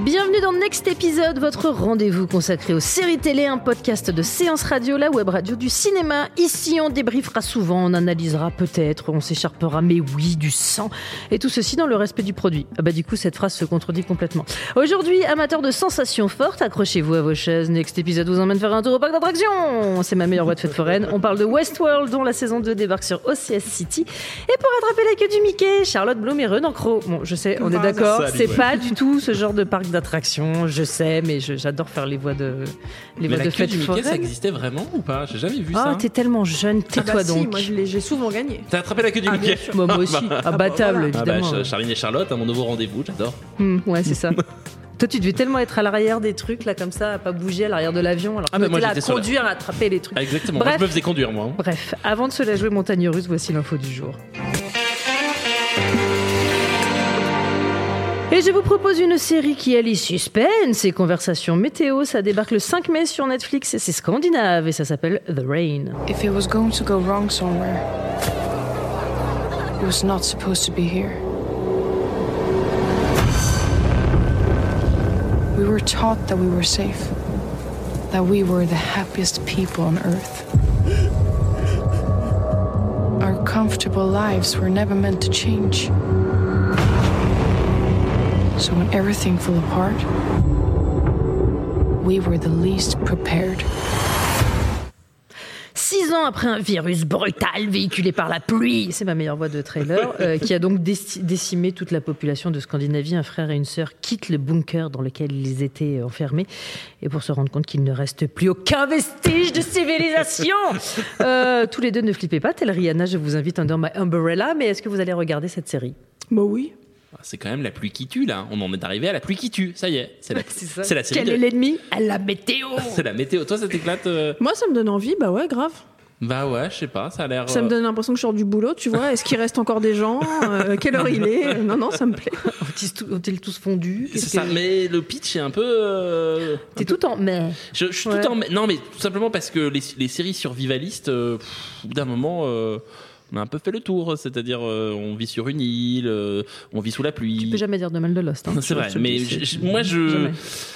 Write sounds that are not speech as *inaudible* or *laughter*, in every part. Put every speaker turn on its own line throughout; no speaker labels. Bienvenue dans Next Episode, votre rendez-vous consacré aux séries télé, un podcast de séance radio, la web radio du cinéma. Ici, on débriefera souvent, on analysera peut-être, on s'écharpera, mais oui, du sang. Et tout ceci dans le respect du produit. Ah bah du coup, cette phrase se contredit complètement. Aujourd'hui, amateurs de sensations fortes, accrochez-vous à vos chaises. Next Episode vous emmène faire un tour au parc d'attractions. C'est ma meilleure voix de fête foraine. On parle de Westworld, dont la saison 2 débarque sur OCS City. Et pour attraper la queue du Mickey, Charlotte Bloom et Renan Crowe. Bon, je sais, on est d'accord,
salut,
c'est
ouais.
pas du tout ce genre de parc d'attractions, je sais, mais je- j'adore faire les voix de, les voix
Mais la
de
queue
fête
du Mickey, ça hein.
foraine.
existait vraiment ou pas J'ai jamais vu
Ah,
ça.
t'es tellement jeune,
Ah
tais-toi
bah si,
donc.
moi je l'ai- j'ai souvent gagné.
T'as attrapé la queue du
Ah,
Mickey
bien sûr.
Moi, moi aussi, abatable,
voilà.
Ah bah,
évidemment.
Ch- Charline et Charlotte, à mon nouveau rendez-vous, j'adore.
Hmm, ouais, c'est
*laughs*
ça. Toi, tu devais tellement être à l'arrière des trucs, là, comme ça, à pas bouger à l'arrière de l'avion, alors que
Ah, mais
t'étais
moi,
là à
j'étais sur la-
conduire, à attraper les trucs.
Ah, exactement,
Bref.
moi je me faisais conduire moi. hein.
Bref, avant de se la jouer montagne russe, voici l'info du jour. Et je vous propose une série qui allie suspense et conversations météo. Ça débarque le 5 mai sur Netflix et c'est scandinave et ça s'appelle The Rain.
If it was going to go wrong somewhere, it was not supposed to be here. We were taught that we were safe, that we were the happiest people on earth. Our comfortable lives were never meant to change. So when everything fell apart, we were the least prepared.
Six ans après un virus brutal véhiculé par la pluie, c'est ma meilleure voix de trailer, euh, qui a donc déci- décimé toute la population de Scandinavie, un frère et une sœur quittent le bunker dans lequel ils étaient enfermés, et pour se rendre compte qu'il ne reste plus aucun vestige de civilisation. Euh, tous les deux ne flippez pas, telle Rihanna, je vous invite under my umbrella, mais est-ce que vous allez regarder cette série
Bah oui.
Ah, C'est quand même la pluie qui tue là. On en est arrivé à la pluie qui tue. Ça y est,
*laughs*
c'est la,
ça.
c'est la série.
Quel
de-
est l'ennemi À la météo
C'est la météo. Toi, ça t'éclate euh,
Moi ça me donne envie, bah ouais, grave.
Bah ouais, je sais pas, ça a l'air.
Ça
euh,
me donne l'impression que je sors du boulot, tu vois. Est-ce qu'il reste encore des gens *laughs* Euh, Quelle heure il est Non, non, ça me plaît.
Ont-ils tous- Ont-ils tous fondu
C'est
Qu'est-ce
ça,
que-
mais le pitch est un peu. euh,
T'es tout en... Mais...
Je, je suis
Ouais.
tout en. Non, mais tout simplement parce que les, les séries survivalistes, euh, pff, au bout d'un moment. euh, on a un peu fait le tour, c'est-à-dire euh, on vit sur une île, euh, on vit sous la pluie.
Tu peux jamais dire de mal de Lost. hein.
C'est vrai,
Je te le
mais
dis, c'est-
je- je- moi je.
Jamais.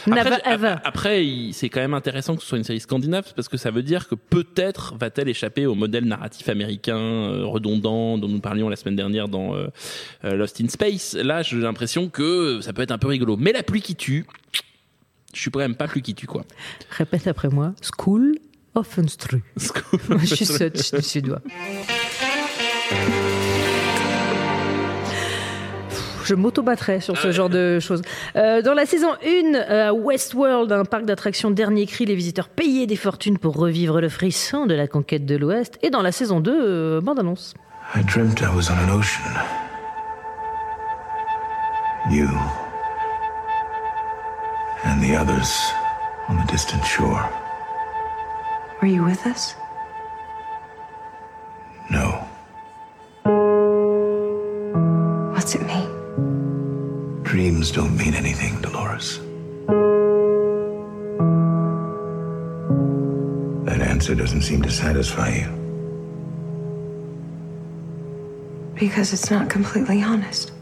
Après,
Never
j'ai- a-
ever.
après, il- c'est quand même intéressant que ce soit une série scandinave parce que ça veut dire que peut-être va-t-elle échapper au modèle narratif américain euh, redondant dont nous parlions la semaine dernière dans euh, euh, Lost in Space. Là, j'ai l'impression que ça peut être un peu rigolo. Mais la pluie qui tue, je suis quand même pas pluie qui tue quoi.
Répète après moi. School of Unstru. *laughs* Je suis such du suédois. Je m'auto-battrais sur
Ah
ce genre de choses. Euh, dans la saison 1, à Westworld, un parc d'attractions dernier cri, les visiteurs payaient des fortunes pour revivre le frisson de la conquête de l'Ouest. Et dans la saison 2, euh, bande-annonce.
I dreamt I was on an ocean. You and the others on the distant shore.
Were you with us?
No,
What's it mean?
dreams don't mean anything, Dolores. That answer doesn't seem to satisfy you.
Because it's not completely honest.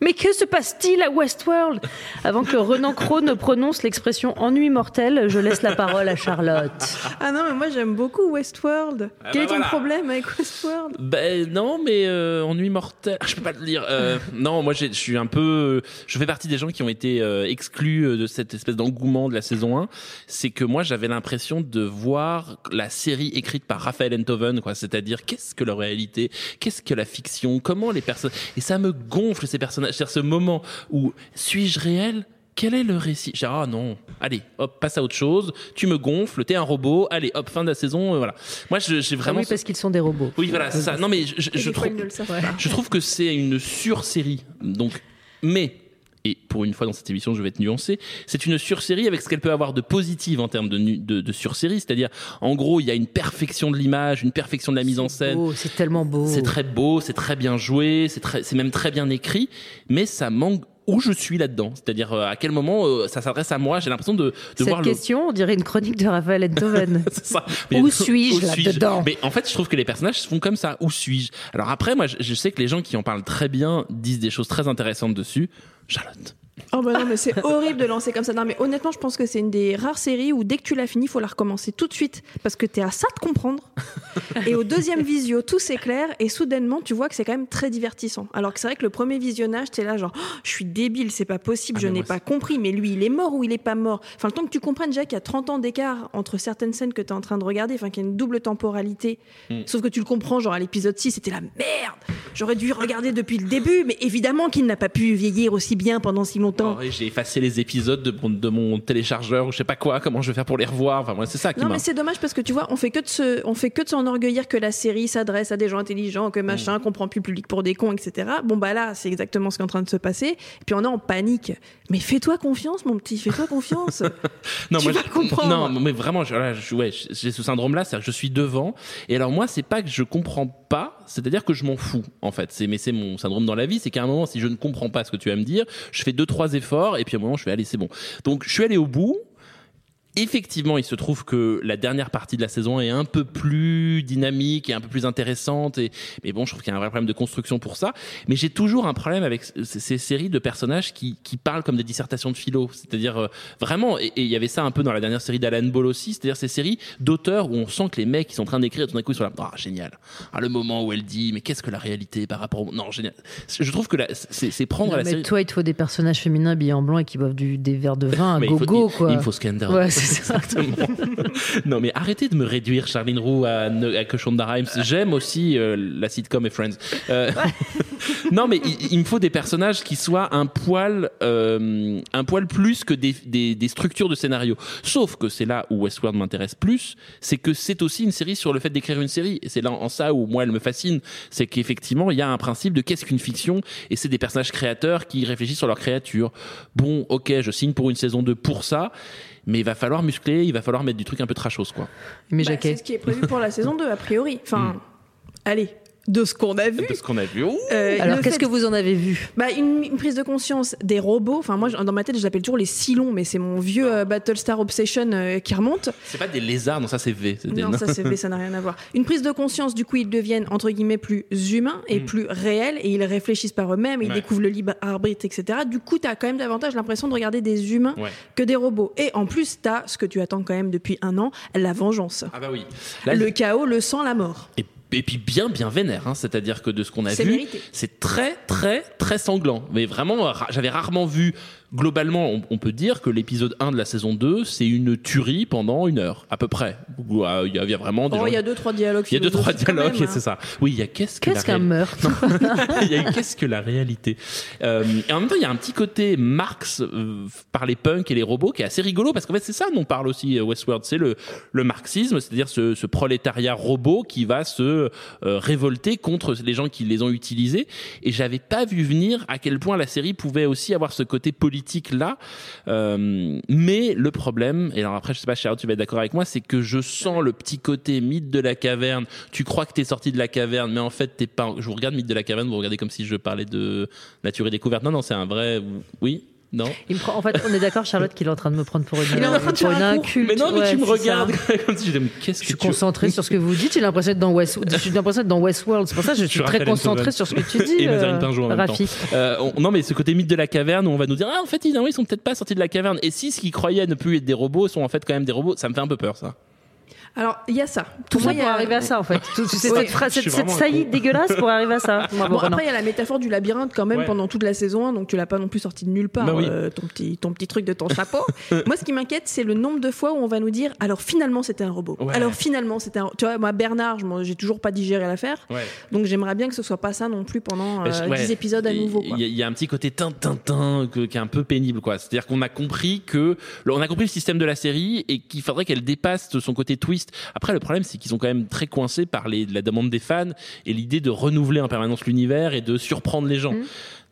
Mais que se passe-t-il à Westworld Avant que Renan Crowe ne prononce l'expression ennui mortel, je laisse la parole à Charlotte.
Ah non, mais moi j'aime beaucoup Westworld.
Ah
Quel est
bah
ton
voilà.
problème avec Westworld
Ben non, mais euh, ennui mortel. *laughs* Ah, je peux pas le dire.
*laughs*
Euh, non, moi j'ai- je suis un peu. Je fais partie des gens qui ont été euh, exclus euh, de cette espèce d'engouement de la saison 1. C'est que moi j'avais l'impression de voir la série écrite par Raphaël Enthoven, quoi. C'est-à-dire qu'est-ce que la réalité, qu'est-ce que la fiction, comment les personnes. Et ça me gonfle ces personnages. C'est-à-dire ce moment où suis-je réel quel est le récit J'ai dit, ah non, allez, hop, passe à autre chose, tu me gonfles, t'es un robot, allez, hop, fin de la saison, euh, voilà. Moi, je- j'ai
Ah
vraiment...
oui, parce qu'ils sont des robots.
Oui, voilà, c'est ça. Non, mais je, je-
Et
je
des fois,
trouve...
ils ne le savent pas.
Je trouve que c'est une sur-série. Donc, mais, et pour une fois dans cette émission, je vais être nuancé, c'est une sur-série avec ce qu'elle peut avoir de positif en termes de, nu- de, de sur-série. C'est-à-dire, en gros, il y a une perfection de l'image, une perfection de la mise en scène.
Oh, c'est tellement beau.
C'est très beau, c'est très bien joué, c'est très, c'est même très bien écrit, mais ça manque où je suis là-dedans. C'est-à-dire, euh, à quel moment euh, ça s'adresse à moi. J'ai l'impression de, de
Cette
voir le,
question, on dirait une chronique de Raphaël Enthoven.
*laughs* c'est ça.
Où suis-je là-dedans
Mais en fait, je trouve que les personnages se font comme ça. Où suis-je Alors après, moi, je, je sais que les gens qui en parlent très bien disent des choses très intéressantes dessus. Charlotte.
Oh bah non, mais c'est horrible de lancer comme ça. Non, mais honnêtement, je pense que c'est une des rares séries où dès que tu l'as fini, il faut la recommencer tout de suite parce que t'es à ça de comprendre. Et au deuxième visio, tout s'éclaire et soudainement, tu vois que c'est quand même très divertissant. Alors que c'est vrai que le premier visionnage, t'es là genre, Oh, je suis débile, c'est pas possible,
Ah,
je
mais
n'ai
moi,
pas compris. Mais lui, il est mort ou il est pas mort Enfin, le temps que tu comprennes déjà qu'il y a 30 ans d'écart entre certaines scènes que t'es en train de regarder, enfin qu'il y a une double temporalité.
Mm.
Sauf que tu le comprends, genre à l'épisode 6, c'était la merde. J'aurais dû regarder depuis le début, mais évidemment qu'il n'a pas pu vieillir aussi bien pendant si longtemps.
Oh, et j'ai effacé les épisodes de mon, de mon téléchargeur ou je sais pas quoi. Comment je vais faire pour les revoir Enfin, moi, c'est ça qui
Non
m'a.
mais c'est dommage parce que tu vois, on fait que de se, on fait que de s'enorgueillir que la série s'adresse à des gens intelligents, que
Mm.
machin, qu'on prend plus le public pour des cons, etc. Bon bah là, c'est exactement ce qui est en train de se passer. Et puis on est en panique. Mais fais-toi confiance, mon petit,
*laughs*
fais-toi confiance. Bah,
Non,
Tu
moi,
vas
je-
comprendre.
Non, mais vraiment, je- voilà, je- ouais, j'ai ce syndrome-là, c'est-à-dire que je suis devant. Et alors moi, c'est pas que je comprends pas, c'est-à-dire que je m'en fous, en fait. C'est, mais c'est mon syndrome dans la vie, c'est qu'à un moment, si je ne comprends pas ce que tu vas me dire, je fais deux, trois efforts, et puis à un moment, je fais, allez, c'est bon. Donc, je suis allé au bout. Effectivement, il se trouve que la dernière partie de la saison est un peu plus dynamique et un peu plus intéressante. Et, mais bon, je trouve qu'il y a un vrai problème de construction pour ça. Mais j'ai toujours un problème avec c- ces, ces séries de personnages qui, qui parlent comme des dissertations de philo. C'est-à-dire euh, vraiment, et et il y avait ça un peu dans la dernière série d'Alan Ball aussi, c'est-à-dire ces séries d'auteurs où on sent que les mecs qui sont en train d'écrire, tout d'un coup, ils sont là, ah, génial. Ah, le moment où elle dit, mais qu'est-ce que la réalité par rapport au... Non, génial. Je trouve que la- c'est c'est prendre
Non,
la
mais
série...
toi, il te faut des personnages féminins habillés en blanc et qui boivent du, des verres de vin à
Mais il faut-
gogo,
il-
quoi.
Il me faut Skander.
Ouais, c'est
*laughs*
ça.
Exactement. non, mais arrêtez de me réduire, Charline Roux, à, ne- à Cochonda Rhimes. J'aime aussi euh, la sitcom et Friends. Euh, non, mais il, il me faut des personnages qui soient un poil, euh, un poil plus que des, des, des structures de scénario. Sauf que c'est là où Westworld m'intéresse plus, c'est que c'est aussi une série sur le fait d'écrire une série. Et c'est là en ça où moi elle me fascine, c'est qu'effectivement il y a un principe de qu'est-ce qu'une fiction, et c'est des personnages créateurs qui réfléchissent sur leur créature. Bon, ok, je signe pour une saison 2 pour ça, mais il va falloir muscler, il va falloir mettre du truc un peu trashos quoi.
Mais
Bah,
Jacquet. Mm.
c'est ce qui est prévu pour la saison 2 a priori. Enfin, allez, de ce qu'on a vu.
Parce qu'on a vu. oh,
euh,
Alors,
le
qu'est-ce
fait-
que vous en avez vu
Bah, une, une prise de conscience des robots. Enfin, moi, je- dans ma tête, je les appelle toujours les silons, mais c'est mon vieux
Ah.
euh, Battlestar Obsession euh, qui remonte.
C'est pas des lézards, non ça c'est V. c'est des-
Non, ça, c'est mais ça n'a rien à voir. Une prise de conscience, du coup, ils deviennent, entre guillemets, plus humains et plus réels, et ils réfléchissent par eux-mêmes, ils
Mm. Ouais.
découvrent le libre arbitre, etc. Du coup, tu as quand même davantage l'impression de regarder des humains
Ouais.
que des robots. Et en plus, tu as ce que tu attends quand même depuis un an, la vengeance.
Ah bah oui. Là,
le chaos, le sang, la mort.
Et, et puis bien, bien vénère. hein. C'est-à-dire que de ce qu'on a
C'est
vu,
mérité.
c'est très, très, très sanglant. Mais vraiment, ra- j'avais rarement vu. Globalement, on, on peut dire que l'épisode 1 de la saison 2, c'est une tuerie pendant une heure, à peu près. Ou, euh, Il y, a- il y a vraiment des
Oh,
gens-
il y a deux, trois dialogues.
il y a deux, trois
philosophiques quand
dialogues,
même,
et
hein.
c'est ça. Oui, il y a qu'est-ce que la
Qu'est-ce qu'un
réalité-
meurtre
*laughs* il y a eu qu'est-ce que la réalité Euh, et en même temps il y a un petit côté Marx euh, par les punks et les robots qui est assez rigolo parce qu'en fait c'est ça dont parle aussi euh, Westworld c'est le le marxisme c'est-à-dire ce, ce prolétariat robot qui va se euh, révolter contre les gens qui les ont utilisés et j'avais pas vu venir à quel point la série pouvait aussi avoir ce côté politique là euh, mais le problème et alors après je sais pas Charles tu vas être d'accord avec moi c'est que je sens le petit côté mythe de la caverne tu crois que t'es sorti de la caverne mais en fait t'es pas je vous regarde mythe de la caverne vous regardez comme si je parlais de nature et découverte non non c'est un vrai oui non
Il me prend- En fait, on est d'accord, Charlotte, qu'il est en train de me prendre pour une,
Il est en train de
pour
faire
une
un cours.
inculte.
mais non mais
Ouais,
tu me
c'est
regardes *laughs*
ça.
comme si j'étais mais qu'est-ce
Je
que
suis
tu-
concentré sur ce que vous dites. J'ai l'impression d'être dans, West... j'ai l'impression d'être dans Westworld. C'est pour ça que je suis très
rappelle
concentré
Enthoven.
sur ce que *laughs* tu dis,
Et Mazarine Pinjot en même temps.
euh, Rafi.
Euh, on- non mais ce côté mythe de la caverne où on va nous dire ah en fait ils, non, ils sont peut-être pas sortis de la caverne et si ce qu'ils croyaient ne plus être des robots sont en fait quand même des robots ça me fait un peu peur ça
Alors, il y a ça.
Tout
Pour moi,
ça
il y
pour
a-
arriver à ça, en *laughs* fait. Tout- c'est cette,
Ouais.
phrase-
Je suis
cette- cette
vraiment un
saillie dégueulasse pour arriver à ça. *laughs* Moi,
Bon,
Ah,
bon, bah, non.
après, il y a la métaphore du labyrinthe quand même
Ouais.
pendant toute la saison 1, donc tu l'as pas non plus sorti de nulle part,
Bah oui.
euh, ton, petit, ton petit truc de ton
*laughs*
chapeau. moi, ce qui m'inquiète, c'est le nombre de fois où on va nous dire alors finalement c'était un robot.
Ouais.
Alors finalement c'était un. Tu vois, moi, Bernard, je m'en- j'ai toujours pas digéré l'affaire,
Ouais.
donc j'aimerais bien que ce soit pas ça non plus pendant
Parce-
euh,
Bah, ouais.
10 épisodes à
Il-
nouveau. quoi.
Il y, a- il y a un petit côté tintintin que- qui est un peu pénible, quoi. C'est-à-dire qu'on a compris que, on a compris le système de la série et qu'il faudrait qu'elle dépasse son côté twist. Après, le problème, c'est qu'ils sont quand même très coincés par les, la demande des fans et l'idée de renouveler en permanence l'univers et de surprendre les gens.
Mmh.
Mhm.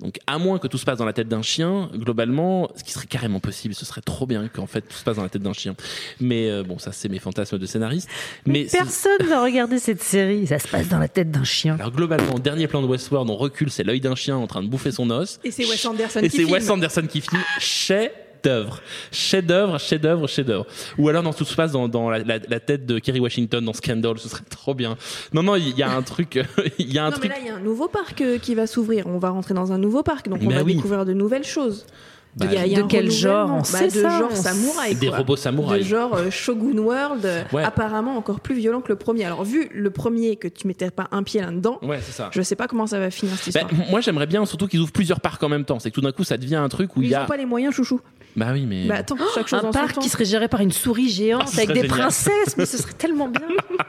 Donc, à moins que tout se passe dans la tête d'un chien, globalement, ce qui serait carrément possible, ce serait trop bien qu'en fait tout se passe dans la tête d'un chien. Mais euh, bon, ça, c'est mes fantasmes de scénariste. Mais, c'est-
Personne va regarder cette série. Ça se passe dans la tête d'un chien.
alors globalement, dernier plan de Westworld, on recule, c'est l'œil d'un chien en train de bouffer son os.
Et c'est Wes Anderson
Et
qui
c'est
filme.
Wes Anderson qui filme chef d'œuvre, chef d'œuvre, chef d'œuvre, chef d'œuvre. Ou alors dans tout se passe dans, dans la, la- la tête de Kerry Washington dans Scandal, ce serait trop bien. Non non, il y a un truc, euh, *laughs* il y a un
non, mais
truc.
là, il y a un nouveau parc euh, qui va s'ouvrir. On va rentrer dans un nouveau parc, donc on
Bah
va
oui.
découvrir de nouvelles choses.
Bah,
Il y a- il y a
de
un
quel genre
renouvellement.
On
Bah,
sait
De
ça, on
genre
sait.
samouraï.
des
quoi.
robots samouraïs.
de genre euh, Shogun World, euh,
Ouais.
apparemment encore plus violent que le premier. Alors vu le premier que tu mettais pas un pied là-dedans,
Ouais, c'est ça.
je sais pas comment ça va finir cette
Bah,
histoire.
moi j'aimerais bien surtout qu'ils ouvrent plusieurs parcs en même temps, c'est que tout d'un coup ça devient un truc où il
ils
y
n'ont
a
pas les moyens, chouchou.
Bah oui, mais
Bah attends, chaque chose
Oh, un
en son
parc
temps.
qui serait géré par une souris géante
Ah, ce
avec des
serait génial.
princesses, mais ce serait tellement *laughs* bien.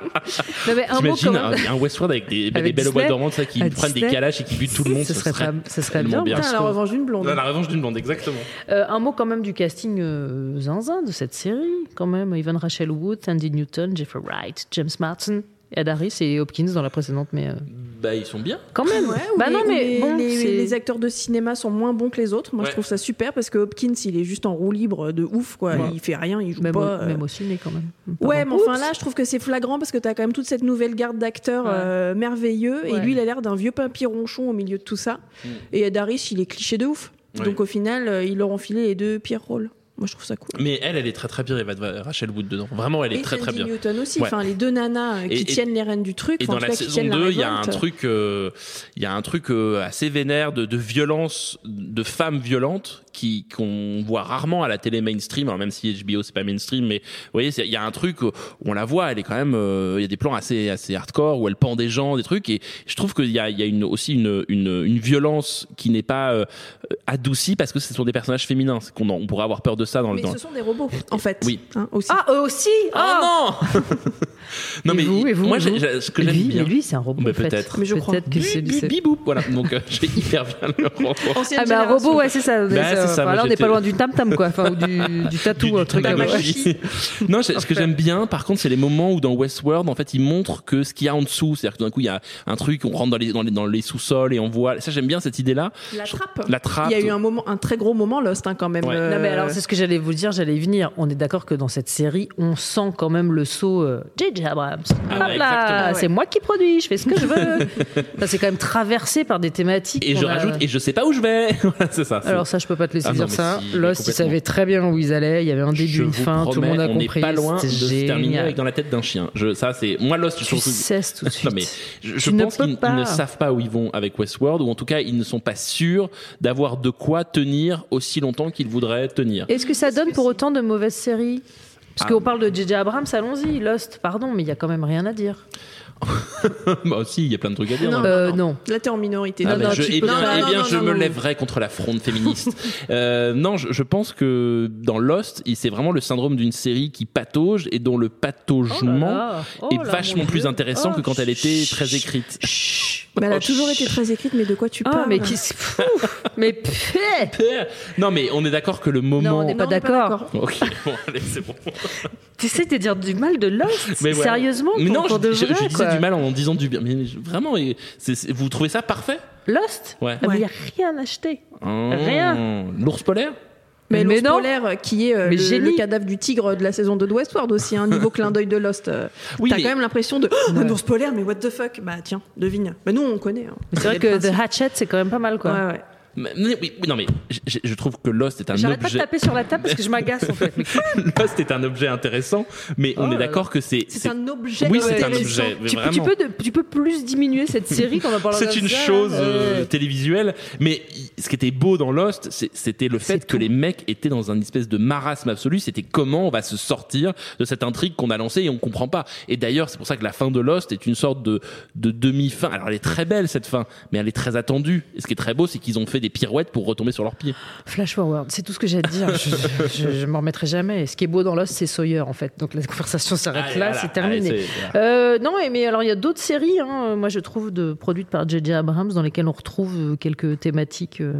Non, mais un mot
T'imagines
quand
un,
même.
un Westworld avec des,
Avec
des belles au bois
Disney,
dormant, ça, qui
à
prennent des
Disney.
calaches et qui butent tout le monde,
ce serait, pas- ce serait
tellement
bien.
bien.
Putain, la revanche d'une blonde.
Ouais, la revanche d'une blonde, exactement.
Euh, un mot quand même du casting euh, zinzin de cette série, quand même. Ivan Rachel Wood, Andy Newton, Jeffrey Wright, James Martin, Ed Harris et Hopkins dans la précédente, mais euh,
Bah ils sont bien.
quand même.
Ouais, ou
bah
les-
non,
ou
mais
les,
bon,
les-
c'est-
les acteurs de cinéma sont moins bons que les autres. Moi,
Ouais.
je trouve ça super parce que Hopkins, il est juste en roue libre de ouf, quoi.
Ouais.
Il fait rien, il joue
même, au,
pas. euh.
même au ciné, quand même.
Ah
Ouais, mais
Pardon.
enfin
Oups.
là, je trouve que c'est flagrant parce que t'as quand même toute cette nouvelle garde d'acteurs
Ouais.
euh, merveilleux et
Ouais.
lui, il a l'air d'un vieux papier ronchon au milieu de tout ça.
Mm.
Et Ed Harris, il est cliché de ouf.
Oui.
Donc au final, euh, ils leur ont filé les deux pires rôles. Moi, je trouve ça cool.
Mais elle, elle est très très bien, Eva Rachel Wood dedans. Vraiment, elle est
et
très très
Sandy
bien.
Newton aussi,
Ouais.
enfin les deux nanas euh, qui
Et- et-
tiennent les rênes du truc.
Et
enfin,
dans
en tout
la
cas, qui
saison
tiennent la
2, il y a un
révolte.
truc, euh, il y a un truc euh, assez vénère de, de violence, de femmes violentes qui qu'on voit rarement à la télé mainstream. Alors même si HBO c'est pas mainstream, mais vous voyez, c'est- il y a un truc, euh, on la voit, elle est quand même, euh, il y a des plans assez assez hardcore où elle pend des gens, des trucs. Et je trouve qu'il y a, il y a une, aussi une, une une violence qui n'est pas euh, adoucie parce que ce sont des personnages féminins. C'est qu'on en- on pourrait avoir peur de ça dans le
Mais
temps.
ce sont des robots, en fait.
Oui.
Hein, aussi.
Ah, eux aussi Ah
Oh non
*laughs*
Non
Et vous, et vous,
moi
et
j'ai-
vous
j'ai- ce que
Lui,
j'aime
mais
bien.
lui, c'est un robot.
Mais
en fait.
peut-être.
Mais je crois.
Peut-être que c'est.
Bi- bi-
c'est-
bibou. Voilà, donc euh, *laughs* j'ai hyper bien le robot.
Ancienne
Ah, mais un
génération.
robot, ouais, c'est ça. Mais,
Bah, c'est
euh,
ça,
enfin,
moi,
là, on n'est
j'étais-
pas loin du tam-tam, quoi. Enfin, ou du, du tatou, Oh, un truc comme
tamagotchi.
ça.
*laughs* non, c'est- ce que j'aime bien, par contre, c'est les moments où dans Westworld, en fait, ils montrent que ce qu'il y a en dessous, c'est-à-dire que d'un coup, il y a un truc, on rentre dans les, dans les, dans les sous-sols et on voit. Ça, j'aime bien cette idée-là.
La trappe.
La trappe.
Il y a eu un moment, un très gros moment Lost, hein, quand même.
Ouais.
euh,
Non mais alors c'est ce que j'allais vous dire, j'allais y venir. On est d'accord que dans cette série, on sent quand même le saut euh, JJ Abrams.
Ah ouais,
Hop
exactement,
là,
ouais.
c'est moi qui produis, je fais ce que je veux. *laughs* Ça c'est quand même traversé par des thématiques.
Et
qu'on
je
a- euh,
rajoute, et je sais pas où je vais. *laughs* Voilà, c'est ça. c'est-
Alors ça je peux pas te laisser
Ah non,
dire
mais
ça.
si,
Lost ils
complètement.
savaient très bien où ils allaient, il y avait un début,
Je
une
vous
fin, tout le
promets,
monde a
on n'est
compris.
pas loin de
c'était
se terminer
génial.
avec dans la tête d'un chien. Je, ça, c'est moi Lost.
Tu
surtout-
cesses tout de suite.
*laughs* Non, mais je, je
Tu ne
pense
peux
qu'ils
pas.
ils ne savent pas où ils vont avec Westworld, ou en tout cas, ils ne sont pas sûrs d'avoir de quoi tenir aussi longtemps qu'ils voudraient tenir.
Est-ce que ça donne pour autant de mauvaises séries parce
Ah.
qu'on parle de JJ Abrams, allons-y, Lost, pardon, mais il y a quand même rien à dire.
*laughs* bah aussi, il y a plein de trucs à dire.
Non,
Euh,
non,
non.
Là, t'es en minorité.
Ah
Non,
bah,
non,
je,
tu
eh
peux
bien,
pas.
eh
Non,
bien,
non,
je
non,
me
non.
lèverai contre la fronde féministe.
*laughs*
Euh, non, je, je pense que dans Lost, il- c'est vraiment le syndrome d'une série qui patauge et
Oh
dont le pataugement est vachement plus intéressant que
Oh,
quand elle était très écrite. *laughs* Oh,
Mais elle a toujours été très écrite, mais de quoi tu
Ah,
parles
mais qu'est-ce fou *laughs* Mais pfff
Non, mais on est d'accord que le
Non, on
moment.
n'est pas
Non, on est pas
d'accord.
d'accord.
*laughs* Ok, bon, allez, c'est
*laughs*
bon.
T'essaies de dire du mal de Lost
Mais ouais.
Sérieusement
Mais
pour-
non,
pour
je,
de
je- je
vrai,
disais
quoi.
du mal en en disant du bien. Mais je- vraiment, et c'est- c'est- vous trouvez ça parfait
Lost
Ouais.
Il n'y a rien acheté. Rien.
Hum, L'ours polaire
Mais,
Mais
l'ours
non.
polaire, qui est euh,
Mais
le,
génie.
le cadavre du tigre de la saison 2 de Westworld aussi,
*laughs*
un niveau clin d'œil de Lost. euh,
Oui,
T'as
mais-
quand même l'impression de oh,
Ouais.
un ours polaire, mais what the fuck Bah tiens, devine. Bah nous, on connaît. hein.
Mais c'est
Les
vrai que The
principes.
Hatchet, c'est quand même pas mal, quoi.
Ouais, ouais.
Mais- mais- oui, oui, non, mais je- je je trouve que Lost est un
J'arrête pas de
objet.
taper sur la table parce que je m'agace en fait. Mais
*laughs* Lost est un objet intéressant, mais on
Oh
est
là
d'accord que c'est.
C'est un objet.
Oui, c'est un
intéressant.
objet. mais
tu,
vraiment.
tu peux de- tu peux plus diminuer cette série quand on en parlant
C'est
comme
une
ça,
chose
ouais.
euh, télévisuelle, mais il- ce qui était beau dans Lost, c'est- c'était le fait que les mecs étaient dans un espèce de marasme absolu. C'était comment on va se sortir de cette intrigue qu'on a lancée et on comprend pas. Et d'ailleurs, c'est pour ça que la fin de Lost est une sorte de, de demi-fin. Alors, elle est très belle cette fin, mais elle est très attendue. Et ce qui est très beau, c'est qu'ils ont fait des pirouettes pour retomber sur leurs pieds.
Flash forward, c'est tout ce que j'ai à te dire. je, je, je m'en remettrai jamais. Ce qui est beau dans Lost, c'est Sawyer en fait. Donc la conversation s'arrête
Allez,
là,
voilà.
c'est terminé.
Allez, c'est- voilà.
Euh, non, mais- mais alors il y a d'autres séries, hein, euh, moi je trouve, de, produites par J.J. Abrams, dans lesquelles on retrouve euh, quelques thématiques euh,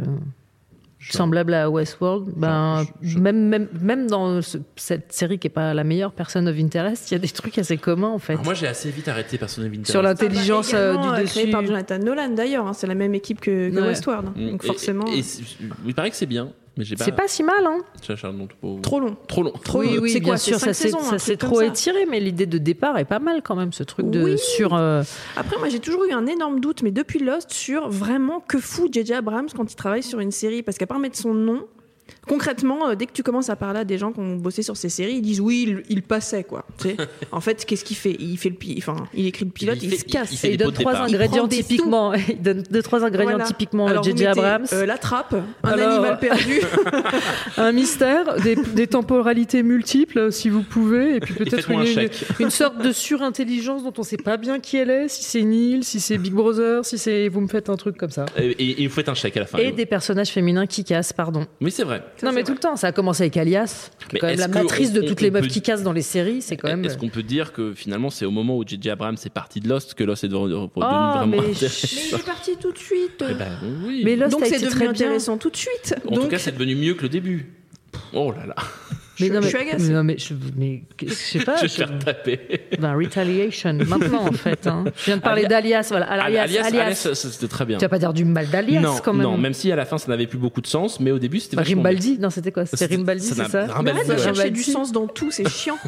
semblables à Westworld. Ben, Même, même, même dans ce- cette série qui n'est pas la meilleure, Person of Interest, il y a des trucs assez communs en fait.
Alors, Ah, moi, j'ai assez vite arrêté Personnel Vintage.
sur l'intelligence
Ah bah,
euh,
également,
du
euh,
dessus.
Créé par Jonathan Nolan d'ailleurs, hein, c'est la même équipe que, que
Ouais.
Westworld. hein.
Mm,
Donc
et-
forcément,
et- et c'est- il paraît que c'est bien, mais j'ai pas.
C'est pas si mal, hein
Tiens, Charles, non, trop-
trop long.
Trop long. *laughs*
Trop long. C'est quoi, c'est
ça
cinq
s'est
saisons, un
ça s'est
truc
trop
comme ça
étiré, mais l'idée de départ est pas mal quand même, ce truc de
Oui.
sur. euh,
Après, moi, j'ai toujours eu un énorme doute, mais depuis Lost, sur vraiment que fout J.J. Abrams quand il travaille sur une série. Parce qu'à part mettre son nom, concrètement, euh, dès que tu commences à parler à des gens qui ont bossé sur ces séries, ils disent oui, il, il passait, quoi. Tu sais.
*laughs*
en fait, qu'est-ce qu'il fait Il fait le pi- enfin, il écrit le pilote,
Il
il,
fait-
se casse.
il fait
et il
des
donne
pots de
trois
départ.
Il prend
ingrédients
des
typiquement. *laughs* Il donne deux, trois ingrédients
Voilà.
typiquement à
Alors, vous
J.J.
mettez,
Abrams.
euh, la trappe, un
Alors-
euh,
animal
*laughs*
perdu.
Un mystère, des, des temporalités multiples, si vous pouvez, et puis peut-être
faites-moi
une,
un
une- une sorte de surintelligence dont on ne sait pas bien qui elle est, si c'est Neil, si c'est Big Brother, si c'est. Vous me faites un truc comme ça.
Et- Et il faut être un chèque à la fin.
Et des personnages féminins qui cassent, pardon.
Mais c'est vrai.
non, mais tout le temps, ça a commencé avec Alias, qui est
Mais
quand même
est-ce
la
que
matrice
on-
de
on-
toutes
on
les meufs
peut-
qui cassent dans les séries, c'est quand même.
Est-ce qu'on peut dire que finalement c'est au moment où J.J. Abrams est parti de Lost que Lost est devenu devenu
Ah,
vraiment
mais
intéressant
mais il est parti tout de suite.
*laughs* Eh ben, oui.
Mais Lost
Donc
a
c'est
été
devenu
très bien.
intéressant tout de suite.
en tout
Donc,
cas, c'est devenu mieux que le début. Oh là là,
je- je suis agacée.
mais non, mais je, mais que- je sais pas.
*laughs* je
Ah, je-
vais te faire taper.
ben, retaliation, maintenant en fait. hein. Je viens de parler d'alias, voilà. Alias, alias.
Alias, ça, c'était très bien.
Tu vas pas dire du mal d'alias
non,
quand même.
non, même si à la fin ça n'avait plus beaucoup de sens, mais au début c'était
Bah,
vachement
Rimbaldi, non, c'était quoi C'était
C'était-
Rimbaldi,
ça
c'est
n'a-
ça
Rimbaldi,
mais arrête de
Ouais.
chercher du
Rimbaldi.
sens dans tout, c'est
*laughs*
chiant.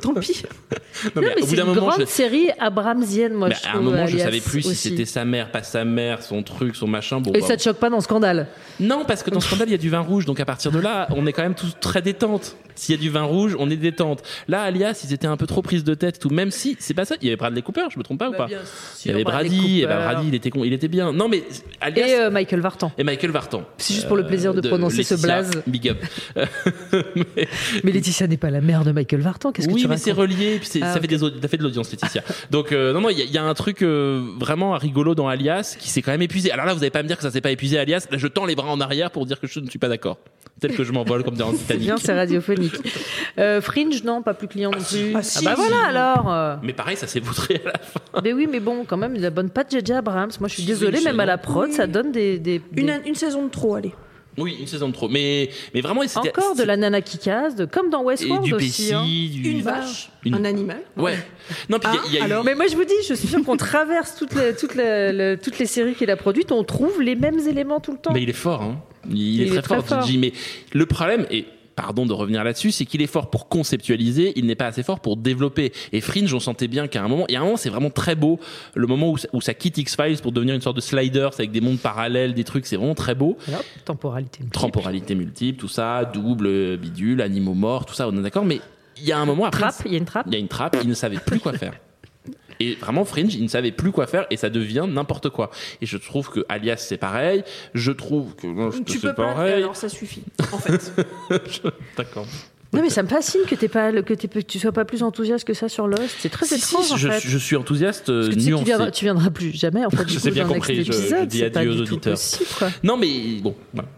Tant pis.
bien. *laughs* Non,
Non,
mais
mais
au bout
c'est
d'un
une
moment,
grande
je...
série abramsienne, moi
mais
je
à un
trouve,
moment, je
Alias
savais plus si
aussi.
c'était sa mère, pas sa mère, son truc, son machin. Bon,
Et
bah,
ça te choque pas dans Scandale
Non, parce que dans Scandale, il y a du vin rouge, donc à partir de là, on est quand même tous très détente. S'il y a du vin rouge, on est détente. Là, Alias, ils étaient un peu trop prises de tête, tout. Même si, c'est pas ça, il y avait Bradley Cooper, je me trompe pas
Bah,
ou pas Il y
bah,
avait Brady, eh ben, Brady, il était con, il était bien. Non, mais Alias
Et
et,
euh, Michael Vartan.
Michael Vartan. Euh,
C'est juste
Euh,
pour le plaisir de prononcer ce
Laetitia,
blaze.
Big up.
*laughs* Mais Laetitia n'est pas la mère de Michael Vartan, qu'est-ce que
oui,
tu
mais c'est
racontes
relié, et puis c'est-
Ah,
ça, fait des aud- ça fait de l'audience, Laetitia. Donc, euh, non, non, il y, a- il y a un truc euh, vraiment rigolo dans Alias qui s'est quand même épuisé. Alors là, vous n'allez pas à me dire que ça s'est pas épuisé, Alias. Là, je tends les bras en arrière pour dire que je ne suis pas d'accord. Tel que je m'envole comme dans
C'est
Titanic.
bien, c'est radiophonique. Euh, Fringe, non, pas plus client non plus.
Ah, si.
bah
Ah,
voilà
si.
alors euh.
Mais pareil, ça s'est vautré à la fin.
Mais oui, mais bon, quand même, il abonne pas de JJ Abrams. Moi, je suis
Oui,
désolée,
c'est
même à la prod,
Oui.
ça donne des. des-
Une,
des-
une saison de trop, allez.
Oui, une saison de trop. Mais, mais vraiment, c'était.
Encore de la nana qui casse, de- comme dans
Et
Westworld
du
aussi.
Pesci,
hein.
du-
Une vache,
Une-
un animal.
Ouais. Non, puis il y a- il y a, eu-
Ah, Mais moi, je vous dis, je suis
*laughs*
sûre qu'on traverse toutes les, toutes, les, le- toutes les séries qu'il a produites, on trouve les mêmes éléments tout le temps.
Mais il est fort, hein. Il, il est,
Il
très,
est très
fort,
fort.
DJ. Mais le problème est. Pardon de revenir là-dessus, c'est qu'il est fort pour conceptualiser, il n'est pas assez fort pour développer. Et Fringe, on sentait bien qu'à un moment, et à un moment, c'est vraiment très beau, le moment où ça, où ça quitte X-Files pour devenir une sorte de slider, c'est avec des mondes parallèles, des trucs, c'est vraiment très beau.
Alors, temporalité.
Temporalité multiple, tout ça, double, euh, bidule, animaux morts, tout ça, on est d'accord, mais il y a un moment après.
Trappe, il y a une trappe.
Il y a une trappe, il ne savait plus quoi faire. Et vraiment, Fringe, il ne savait plus quoi faire et ça devient n'importe quoi. Et je trouve que Alias, c'est pareil. Je trouve que non,
tu
c'est
peux pas.
pareil.
Alors ça suffit. En *laughs* fait,
D'accord.
Non, mais ça me fascine que, t'aies pas, le- que, t'aies- que tu sois pas plus enthousiaste que ça sur Lost. C'est très
Si,
étrange,
si,
en
je,
fait.
je suis enthousiaste, euh,
Parce que tu, sais que tu
nuancé.
viendras, tu viendras plus jamais en fait. du
Je
coup,
sais bien
dans le
compris,
next
je- je
épisode,
dis
c'est pas
adieu
du
aux
tout
auditeurs.
possible, quoi.
Non, mais bon. voilà.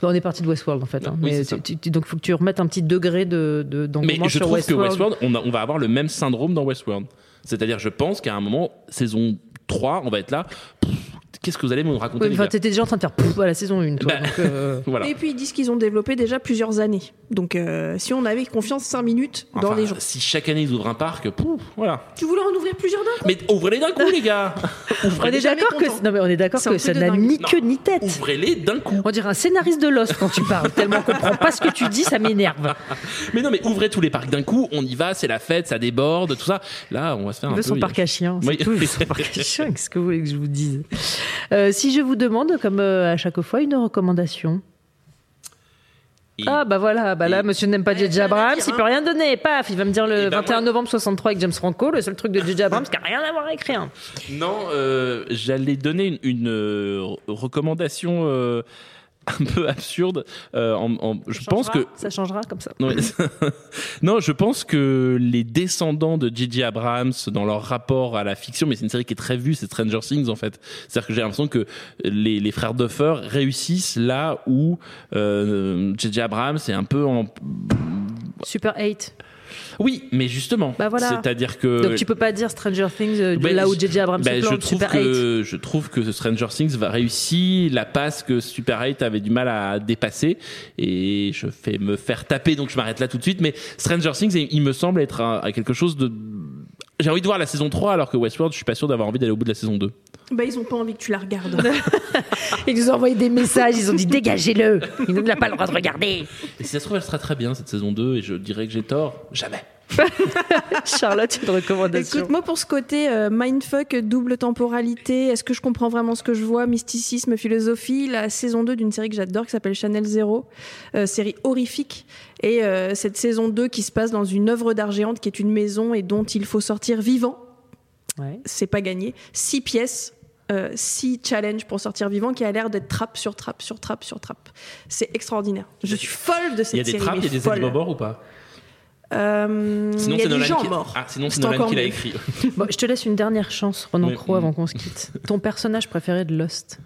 Bon, on est parti de Westworld en fait. hein.
Oui,
mais
c'est ça.
tu- tu- donc faut que tu remettes un petit degré de, de
Mais
d'engouement
je
sur
trouve que
Westworld.
Westworld, on, a- on va avoir le même syndrome dans Westworld. C'est-à-dire, je pense qu'à un moment, saison 3, on va être là. Pff, Qu'est-ce que vous allez me raconter
Oui,
les
enfin,
gars
t'étais déjà en train de faire pouf à la saison 1 toi.
Bah.
donc, euh,
*laughs* Voilà.
et puis ils disent qu'ils ont développé déjà plusieurs années. Donc euh, si on avait confiance 5 minutes dans
Enfin,
les gens,
Si chaque année ils ouvrent un parc, pouf, voilà.
tu voulais en ouvrir plusieurs d'un coup
Mais ouvrez-les d'un coup, les
*laughs*
gars
on est
est jamais
d'accord que
content.
non mais on est d'accord
C'est un
que ça
truc de
n'a
dingue.
ni
Non.
queue ni tête.
Ouvrez-les d'un coup.
On dirait un scénariste de Lost quand tu parles tellement qu'on comprend pas ce que tu dis, ça m'énerve.
Mais non, mais ouvrez tous les parcs d'un coup, on y va, c'est la fête, ça déborde, tout ça. Là, on va se faire
On
un
veut
peu.
son parc à chiens, c'est
Oui. *laughs*
tout. Il veut son parc à chiens. Qu'est-ce que vous voulez que je vous dise Euh, si je vous demande, comme euh, à chaque fois, une recommandation.
Et-
Ah bah voilà, bah là,
et-
monsieur n'aime pas
Eh,
JJ
rien à
Abrams,
dire,
il
hein.
peut rien donner, paf, il va me dire le
Eh ben,
21
moi-
novembre 63 avec James Franco, le seul truc de JJ Abrams qui a rien à voir avec rien.
Non, euh, j'allais donner une, une, euh, recommandation euh, *laughs* un peu absurde. euh, en- en- je
Ça
pense que
changera, Ça changera comme ça.
Non, mais- *laughs* non, je pense que les descendants de J.J. Abrams, dans leur rapport à la fiction, mais c'est une série qui est très vue, c'est Stranger Things en fait. C'est-à-dire que j'ai l'impression que les, les frères Duffer réussissent là où euh, J.J. Abrams est un peu en...
Super 8.
Oui, mais justement,
Bah voilà.
c'est-à-dire que...
Donc tu peux pas dire Stranger Things euh,
Euh, Ben,
là où
je-
JJ Abrams
ben,
se
je
plante,
trouve
Super 8.
que je trouve que Stranger Things va réussir la passe que Super 8 avait du mal à dépasser et je fais me faire taper donc je m'arrête là tout de suite mais Stranger Things il me semble être à quelque chose de j'ai envie de voir la saison 3 alors que Westworld je suis pas sûr d'avoir envie d'aller au bout de la saison 2
Bah, ils ont pas envie que tu la regardes. *laughs*
Ils nous ont envoyé des messages, ils ont dit dégagez-le, il n'a pas le droit de regarder.
et si ça se trouve elle sera très bien cette saison 2 et je dirais que j'ai tort jamais
Charlotte, une recommandation.
Écoute, moi pour ce côté euh, mindfuck, double temporalité, est-ce que je comprends vraiment ce que je vois, mysticisme, philosophie, la saison 2 d'une série que j'adore qui s'appelle Chanel Zero, euh, série horrifique, et euh, cette saison 2 qui se passe dans une œuvre d'art géante qui est une maison et dont il faut sortir vivant,
Ouais.
c'est pas gagné, six pièces. euh, six challenges pour sortir vivant qui a l'air d'être trappe sur trappe sur trappe sur trappe. C'est extraordinaire. Je suis folle de cette
il y a des
série.
trappes il y a
mais
des
folle.
animaux morts ou pas
Euh,
sinon
il y
c'est
a des
Nolan
gens
qui...
morts.
ah sinon c'est
C'est
Nolan
encore
qui l'a
mieux.
écrit
Bon, je te laisse une dernière chance, Ronan
Oui.
Crowe, avant qu'on se quitte. Ton personnage préféré de Lost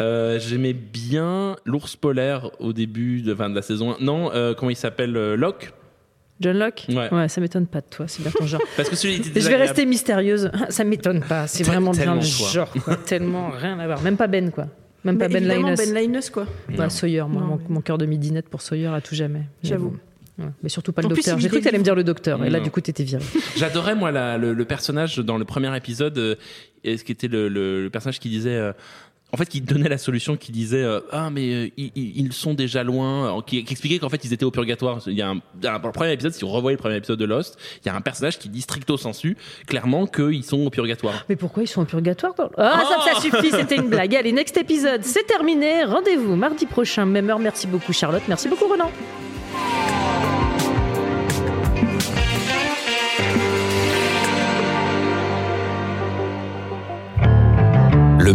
Euh, j'aimais bien l'ours polaire au début de, enfin, de la saison 1. Non, euh, comment il s'appelle euh, Locke
John Locke
Ouais.
ça m'étonne pas de toi, c'est bien ton
*laughs*
genre.
Parce que celui était
Je vais
désagréable.
rester mystérieuse, Ah, ça m'étonne pas, c'est
Tel-
vraiment bien
tellement
le
toi.
genre,
*laughs*
quoi. tellement rien à voir. Même pas Ben, quoi. Même
Mais
pas Ben
évidemment,
Linus.
Ben Linus, quoi.
Bah, Sawyer, moi,
Non,
mon,
mais-
mon cœur de midinette pour Sawyer à tout jamais. Mais
J'avoue.
bon. Ouais. Mais surtout pas le
En plus,
docteur.
il
J'ai
lit
cru
des
que t'allais me dire le docteur, et là,
Non.
du coup, t'étais viré.
J'adorais, moi, la- le, le personnage dans le premier épisode, euh, et ce qui était le, le- le personnage qui disait. euh, en fait, qui donnait la solution, qui disait euh, ah mais euh, ils, ils- ils sont déjà loin, euh, qui, qui expliquait qu'en fait ils étaient au purgatoire. Il y a un, un- dans le premier épisode, si vous revoyez le premier épisode de Lost, il y a un personnage qui dit stricto sensu clairement qu'ils sont au purgatoire.
Mais pourquoi ils sont au purgatoire dans- Ah,
Oh
ça, ça suffit, c'était une blague. Allez, next épisode, c'est terminé. Rendez-vous mardi prochain, même heure. Merci beaucoup, Charlotte. Merci beaucoup, Ronan.
Le